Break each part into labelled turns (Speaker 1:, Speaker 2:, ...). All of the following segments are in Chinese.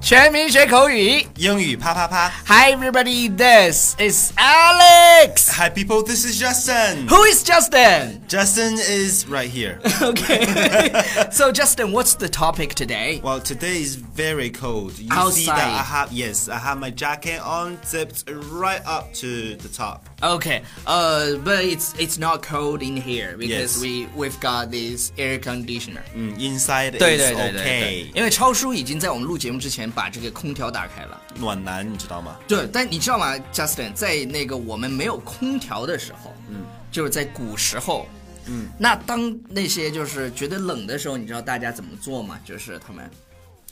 Speaker 1: 全民学口语。
Speaker 2: 英语啪啪啪
Speaker 1: Hi everybody, this is Alex.
Speaker 2: ！Hi people, this is Justin.
Speaker 1: Who is Justin?
Speaker 2: Justin is right here.
Speaker 1: Okay. so Justin, what's the topic today?
Speaker 2: Well, today is very cold. You see that
Speaker 1: Outside.
Speaker 2: I have yes, I have my jacket on, zipped right up to the top.
Speaker 1: Okay. Uh, but it's it's not cold in here because
Speaker 2: Yes.
Speaker 1: we we've got this air conditioner.
Speaker 2: 嗯，inside Mm, is
Speaker 1: 对对对对
Speaker 2: okay.
Speaker 1: 因为超叔已经在我们录节目之前把这个空调打开了。
Speaker 2: 暖男，你知道吗？
Speaker 1: 对，但你知道吗，Justin，在那个我们没有空调的时候，嗯，就是在古时候，嗯，那当那些就是觉得冷的时候，你知道大家怎么做吗？就是他们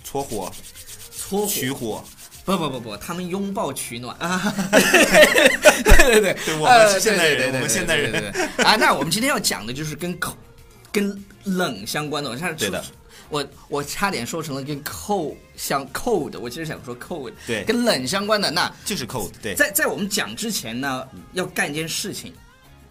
Speaker 2: 搓火、
Speaker 1: 搓
Speaker 2: 取
Speaker 1: 火，
Speaker 2: 火，
Speaker 1: 不不不不，他们拥抱取 暖。对对对，
Speaker 2: 对
Speaker 1: 对呃
Speaker 2: 我们是现代人
Speaker 1: 对对对对
Speaker 2: 我们现代人
Speaker 1: 对对对对啊。那我们今天要讲的就是跟口、跟冷相关的，我差点
Speaker 2: 对的。
Speaker 1: 我我差点说成了跟 cold 相 cold，我其实想说 cold，
Speaker 2: 对
Speaker 1: 跟冷相关的那
Speaker 2: 就是 cold。对，
Speaker 1: 在在我们讲之前呢，要干一件事情。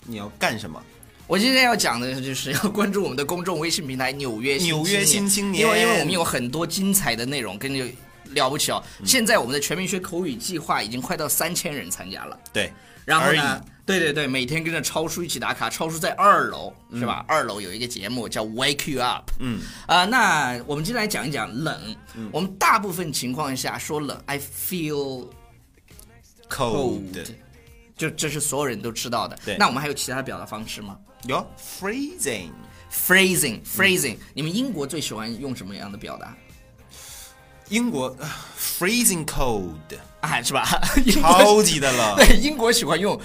Speaker 2: 你要干什么？
Speaker 1: 我今天要讲的就是要关注我们的公众微信平台《纽约
Speaker 2: 纽约新青年嗯
Speaker 1: 因为因为我们有很多精彩的内容，跟着了不起哦。现在我们的全民学口语计划已经快到三千人参加了，
Speaker 2: 对，
Speaker 1: 然后
Speaker 2: 而已
Speaker 1: 呢，对对对，每天跟着超叔一起打卡，超叔在二楼
Speaker 2: 嗯
Speaker 1: 是吧？二楼有一个节目叫 Wake You Up，嗯，啊、那我们今天来讲一讲冷。
Speaker 2: 嗯
Speaker 1: 我们大部分情况下说冷，I feel
Speaker 2: cold。
Speaker 1: 就这是所有人都知道的。
Speaker 2: 对
Speaker 1: 那我们还有其他表达方式吗
Speaker 2: 哟，freezing。嗯
Speaker 1: ？Phrasing，phrasing，、你们英国最喜欢用什么样的表达？
Speaker 2: 英国啊 freezing cold，
Speaker 1: 啊，是吧？英国
Speaker 2: 超啊级的冷。
Speaker 1: 对 英国喜欢用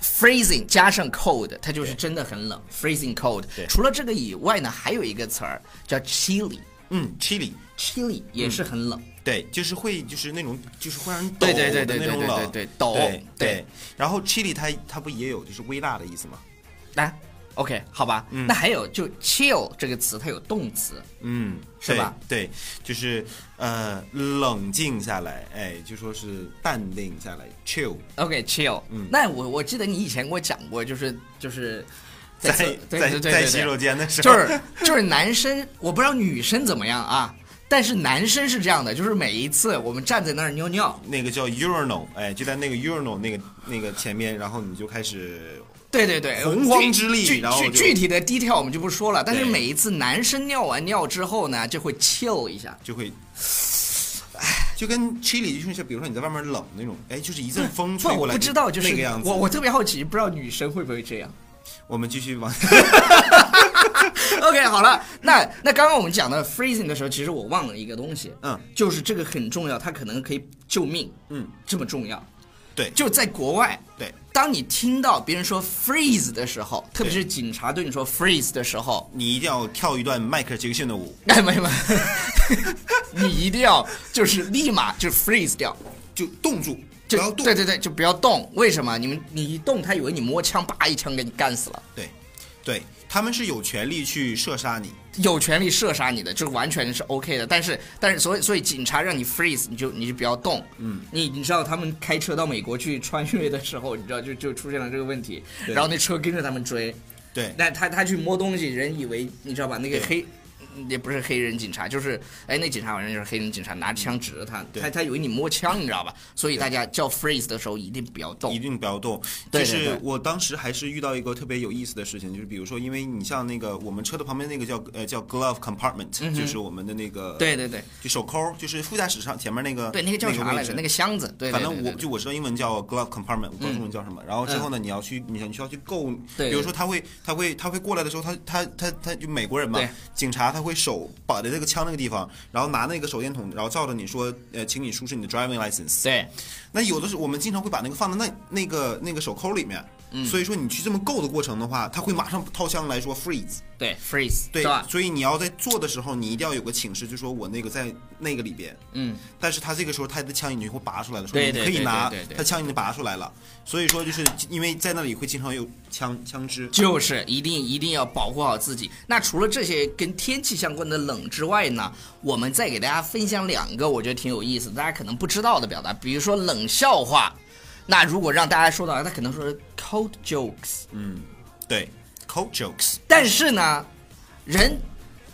Speaker 1: phrasing 加上 cold，它就是真的很冷。Freezing cold
Speaker 2: 对。
Speaker 1: 除了这个以外呢，还有一个词儿叫 chilly，chilly
Speaker 2: 嗯，chilly。
Speaker 1: 也是很冷。
Speaker 2: 对，就是会，就是那种，就是会让人抖
Speaker 1: 对
Speaker 2: 的
Speaker 1: 对对对对
Speaker 2: 那种
Speaker 1: 对
Speaker 2: 冷，
Speaker 1: 对对抖
Speaker 2: 对
Speaker 1: 对。
Speaker 2: 然后 chili 它它不也有就是微辣的意思吗？
Speaker 1: 嗯来、o
Speaker 2: 嗯
Speaker 1: k 啊好吧。那还有就 chill 这个词，它有动词。
Speaker 2: 嗯，
Speaker 1: 是
Speaker 2: 对
Speaker 1: 吧？
Speaker 2: 对，就是呃，冷静下来，哎，就说是淡定下来，chill。
Speaker 1: OK，chill、那
Speaker 2: 嗯
Speaker 1: 我我记得你以前给我讲过，就是就是
Speaker 2: 在
Speaker 1: 厕对
Speaker 2: 在
Speaker 1: 对对
Speaker 2: 在
Speaker 1: 对
Speaker 2: 洗手间的时候
Speaker 1: 就是就是男生，我不知道女生怎么样啊，但是男生是这样的，就是每一次我们站在那儿尿尿，
Speaker 2: 那个叫 urinal，哎，就在那个 urinal 那个那个前面，然后你就开始
Speaker 1: 对对对，
Speaker 2: 洪荒之力
Speaker 1: 具
Speaker 2: 然后
Speaker 1: 具
Speaker 2: 就
Speaker 1: 具体的低调我们就不说了，但是
Speaker 2: 对
Speaker 1: 每一次男生尿完尿之后呢，就会 chill 一 下。
Speaker 2: 就会，哎，就跟 chili 就是比如说你在外面冷那种，哎，就是一阵风
Speaker 1: 不，
Speaker 2: 吹
Speaker 1: 我
Speaker 2: 过来，
Speaker 1: 不知道，就是
Speaker 2: 那个样子。
Speaker 1: 我我特别好奇，不知道女生会不会这样。
Speaker 2: 我们继续往
Speaker 1: OK，好了，那那刚刚我们讲的 freezing 的时候，其实我忘了一个东西，
Speaker 2: 嗯，
Speaker 1: 就是这个很重要，它可能可以救命，
Speaker 2: 嗯，
Speaker 1: 这么重要。
Speaker 2: 对
Speaker 1: 就在国外，
Speaker 2: 对，
Speaker 1: 当你听到别人说 freeze 的时候，特别是警察对你说 freeze 的时候，
Speaker 2: 你一定要跳一段迈克尔杰克逊的舞，
Speaker 1: 哎，没没， 你一定要就是立马就 freeze 掉，
Speaker 2: 就冻住，不
Speaker 1: 就
Speaker 2: 要动。
Speaker 1: 对对对，就不要动。为什么？你们你一动，他以为你摸枪，叭一枪给你干死了。
Speaker 2: 对对他们是有权利去射杀你。
Speaker 1: 有权利射杀你的，就是完全是 OK 的。但是，但是，所以，所以警察让你 freeze，你就你就不要动。嗯，你你知道他们开车到美国去穿越的时候，你知道就就出现了这个问题，
Speaker 2: 对
Speaker 1: 然后那车跟着他们追，
Speaker 2: 对，
Speaker 1: 那他他去摸东西，人以为你知道吧？那个黑也不是黑人警察，就是哎，那警察好像就是黑人警察，拿枪指着他，
Speaker 2: 嗯对
Speaker 1: 他他以为你摸枪，你知道吧？所以大家叫 freeze 的时候一定不要
Speaker 2: 一
Speaker 1: 动。
Speaker 2: 定不要动。
Speaker 1: 对
Speaker 2: 就
Speaker 1: 对
Speaker 2: 是
Speaker 1: 对
Speaker 2: 我当时还是遇到一个特别有意思的事情，就是比如说，因为你像那个我们车的旁边那个叫呃叫 glove compartment，、就是我们的那个
Speaker 1: 嗯对对对
Speaker 2: 就手抠，就是副驾驶上前面那个
Speaker 1: 对，那个叫啥
Speaker 2: 位
Speaker 1: 来
Speaker 2: 置
Speaker 1: 着？那个箱子，对，对
Speaker 2: 反
Speaker 1: 对
Speaker 2: 正我
Speaker 1: 对嗯
Speaker 2: 就我知道英文叫 glove compartment，我不知道中文叫什么。然后之后呢，你要去，你想你需要去够，
Speaker 1: 对
Speaker 2: 比如说他会他会他会过来的时候，他他他他就美国人嘛
Speaker 1: 对，
Speaker 2: 警察他会手绑在这个枪那个地方，然后拿那个手电筒，然后照着你说，呃，请你出示你的 driving license。
Speaker 1: 对
Speaker 2: 那有的时候我们经常会把那个放在那那个那个手抠里面，
Speaker 1: 嗯
Speaker 2: 所以说你去这么够的过程的话，他会马上掏枪来说 freeze。
Speaker 1: 对 freeze，
Speaker 2: 对
Speaker 1: 是吧，？
Speaker 2: 所以你要在做的时候，你一定要有个请示，就说我那个在那个里边，
Speaker 1: 嗯，
Speaker 2: 但是他这个时候他的枪已经会拔出来了，说
Speaker 1: 对
Speaker 2: 你
Speaker 1: 对
Speaker 2: 可以
Speaker 1: 对
Speaker 2: 拿
Speaker 1: 对对，对
Speaker 2: 他枪已经拔出来了，所以说就是因为在那里会经常有枪枪支，
Speaker 1: 就是一定一定要保护好自己。那除了这些跟天气相关的冷之外呢，我们再给大家分享两个我觉得挺有意思，大家可能不知道的表达，比如说冷笑话。那如果让大家说到，他可能说 cold jokes，
Speaker 2: 对，cold jokes
Speaker 1: 但是呢，人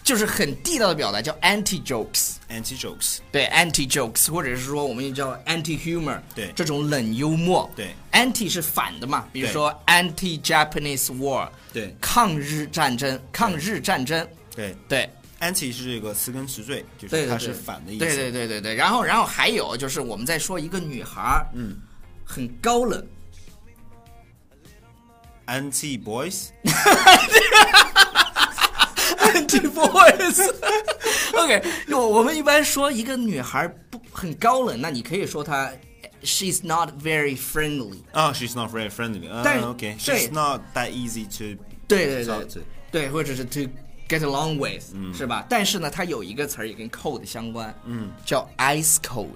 Speaker 1: 就是很地道的表达叫 anti jokes。
Speaker 2: anti jokes。
Speaker 1: 对 anti jokes，或者是说我们也叫 anti humor，
Speaker 2: 对
Speaker 1: 这种冷幽默，
Speaker 2: 对
Speaker 1: anti 是反的嘛，比如说 anti Japanese war，
Speaker 2: 对
Speaker 1: 抗日战争，抗日战争，
Speaker 2: 对
Speaker 1: 对。
Speaker 2: ，anti 是这个词根词缀，就
Speaker 1: 对，对
Speaker 2: 是它
Speaker 1: 对
Speaker 2: 是反的意思。
Speaker 1: 对对对对对，然后然后还有就是我们在说一个女孩，嗯，很高 冷，
Speaker 2: anti boys，
Speaker 1: anti boys。OK，我我们一般说一个女孩不很高冷，那你可以说她呃 she's not very friendly。
Speaker 2: 啊、s h e s not very friendly，啊、
Speaker 1: 但
Speaker 2: o k
Speaker 1: 对
Speaker 2: she's not that easy to，
Speaker 1: 对对对
Speaker 2: talk to
Speaker 1: 对对，或者是 to get along with，、是
Speaker 2: 嗯
Speaker 1: 吧？但是呢，它有一个词儿也跟 cold 相关，嗯，叫 ice cold。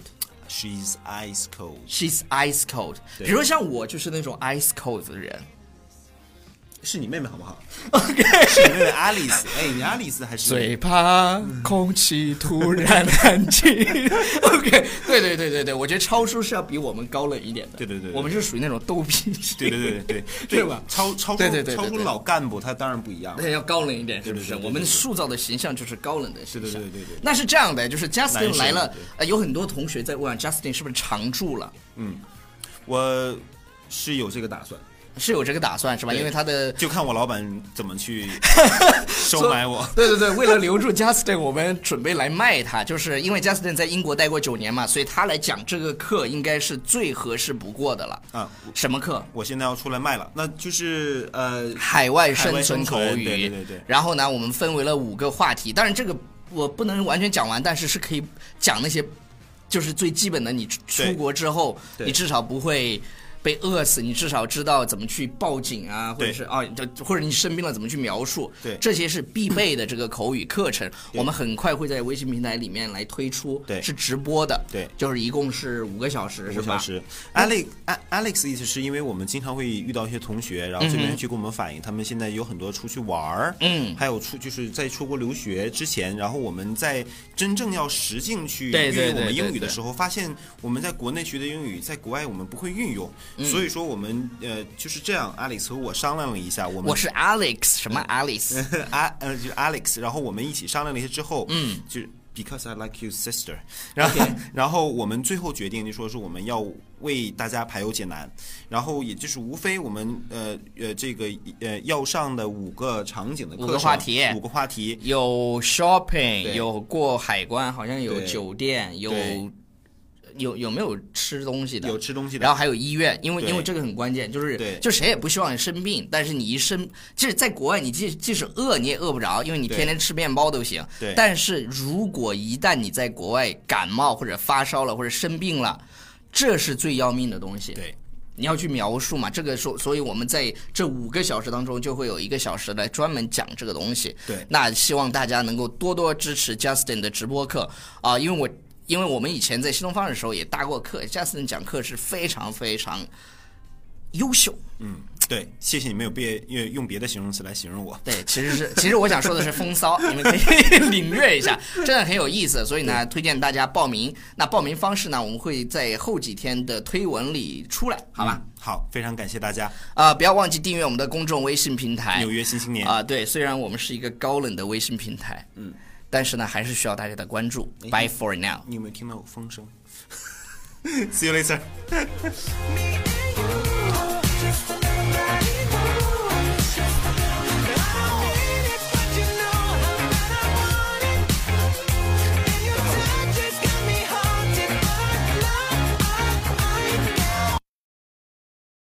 Speaker 2: she's ice cold，
Speaker 1: She's ice cold。比如说像我就是那种 ice cold 的人。
Speaker 2: 是你妹妹好不好？
Speaker 1: OK，
Speaker 2: 是你妹妹爱丽丝，哎，你爱丽丝还是
Speaker 1: 最怕空气突然安静。OK，对对对对对，我觉得超叔是要比我们高冷一点的。
Speaker 2: 对对对对
Speaker 1: 我们是属于那种逗逼型。
Speaker 2: 对对对对
Speaker 1: 对吧
Speaker 2: 超超出
Speaker 1: 对对对对
Speaker 2: 超出
Speaker 1: 对
Speaker 2: 老干部，他当然不一样。
Speaker 1: 对，要高冷一点，是不是？
Speaker 2: 对对对对对
Speaker 1: 我们塑造的形象就是高冷的形象。
Speaker 2: 对对对对对对
Speaker 1: 那是这样的，就是
Speaker 2: 男
Speaker 1: Justin
Speaker 2: 神
Speaker 1: 来了
Speaker 2: 对，
Speaker 1: 呃，有很多同学在问 Justin 是不是常驻了，
Speaker 2: 嗯我是有这个打算，
Speaker 1: 是有这个打算是吧？因为他的。
Speaker 2: 就看我老板怎 么去收买我。
Speaker 1: 对对对，为了留住 Justin，我们准备来卖他，就是因为 Justin 在英国待过九年嘛，所以他来讲这个课应该是最合适不过的了。
Speaker 2: 啊，
Speaker 1: 什么课？
Speaker 2: 我现在要出来卖了，那就是呃，
Speaker 1: 海外
Speaker 2: 海
Speaker 1: 生
Speaker 2: 外
Speaker 1: 存
Speaker 2: 生
Speaker 1: 口
Speaker 2: 存
Speaker 1: 语。
Speaker 2: 对对对对
Speaker 1: 然后呢，我们分为了五个话题，当然这个我不能完全讲完，但是是可以讲那些，就是最基本的，你出
Speaker 2: 对
Speaker 1: 出国之后，
Speaker 2: 对
Speaker 1: 你至少不会。被饿死，你至少知道怎么去报警啊，或者
Speaker 2: 对
Speaker 1: 是啊，就或者你生病了怎么去描述，
Speaker 2: 对
Speaker 1: 这些是必备的这个口语课程。我们很快会在微信平台里面来推出，
Speaker 2: 对
Speaker 1: 是直播的，
Speaker 2: 对
Speaker 1: 就是一共是五个小时，
Speaker 2: 五
Speaker 1: 是
Speaker 2: 个
Speaker 1: 吧嗯
Speaker 2: 小？时。Alex A- Alex 的意思是因为我们经常会遇到一些同学，然后
Speaker 1: 嗯
Speaker 2: 这边去跟我们反映，他们现在有很多出去玩儿，嗯，还有出就是在出国留学之前，然后我们在真正要实境去
Speaker 1: 对对
Speaker 2: 运用我
Speaker 1: 对
Speaker 2: 们
Speaker 1: 对
Speaker 2: 英语的
Speaker 1: 对
Speaker 2: 时候，发现我们在国内学的英语，在国外我们不会运用，
Speaker 1: 嗯
Speaker 2: 所以说我们呃就是这样，Alex 和我商量了一下，我们
Speaker 1: 我是 Alex，什么
Speaker 2: 嗯
Speaker 1: Alex？
Speaker 2: 阿呃就是 Alex，然后我们一起商量了一些之后，嗯，就是 Because I like you, sister。然 后然后我们最后决定就说是我们要为大家排忧解难，然后也就是无非我们呃呃这个呃要上的五个场景的
Speaker 1: 五个
Speaker 2: 课程
Speaker 1: 话题
Speaker 2: 五个话题，
Speaker 1: 有 shopping，
Speaker 2: 对
Speaker 1: 有过海关，好像有
Speaker 2: 对
Speaker 1: 酒店，有
Speaker 2: 对
Speaker 1: 有有没有吃东西的？
Speaker 2: 有吃东西的
Speaker 1: 然后还有医院，因为
Speaker 2: 对
Speaker 1: 因为这个很关键，就是
Speaker 2: 对
Speaker 1: 就谁也不希望你生病，但是你一生，就是在国外，你即即使饿你也饿不着，因为你
Speaker 2: 对
Speaker 1: 天天吃面包都行。
Speaker 2: 对
Speaker 1: 但是如果一旦你在国外感冒或者发烧了或者生病了，这是最要命的东西。
Speaker 2: 对
Speaker 1: 你要去描述嘛，这个说，所以我们在这五个小时当中就会有一个小时来专门讲这个东西。
Speaker 2: 对
Speaker 1: 那希望大家能够多多支持 Justin 的直播课啊、因为我因为我们以前在新东方的时候也搭过课，Justin 讲课是非常非常优秀。
Speaker 2: 嗯对，谢谢你没有别用用别的形容词来形容我。
Speaker 1: 对，其实 是，其实我想说的是风骚，你们可以领略一 下，真的很有意思。所以呢，推荐大家报名。那报名方式呢，我们会在后几天的推文里出来，好吧？
Speaker 2: 嗯好，非常感谢大家，
Speaker 1: 啊、不要忘记订阅我们的公众微信平台。
Speaker 2: 纽约新青年，
Speaker 1: 啊，对，虽然我们是一个高冷的微信平台，嗯，但是呢，还是需要大家的关注。Bye for now。
Speaker 2: 你有没有听到风声？See you later。
Speaker 3: Me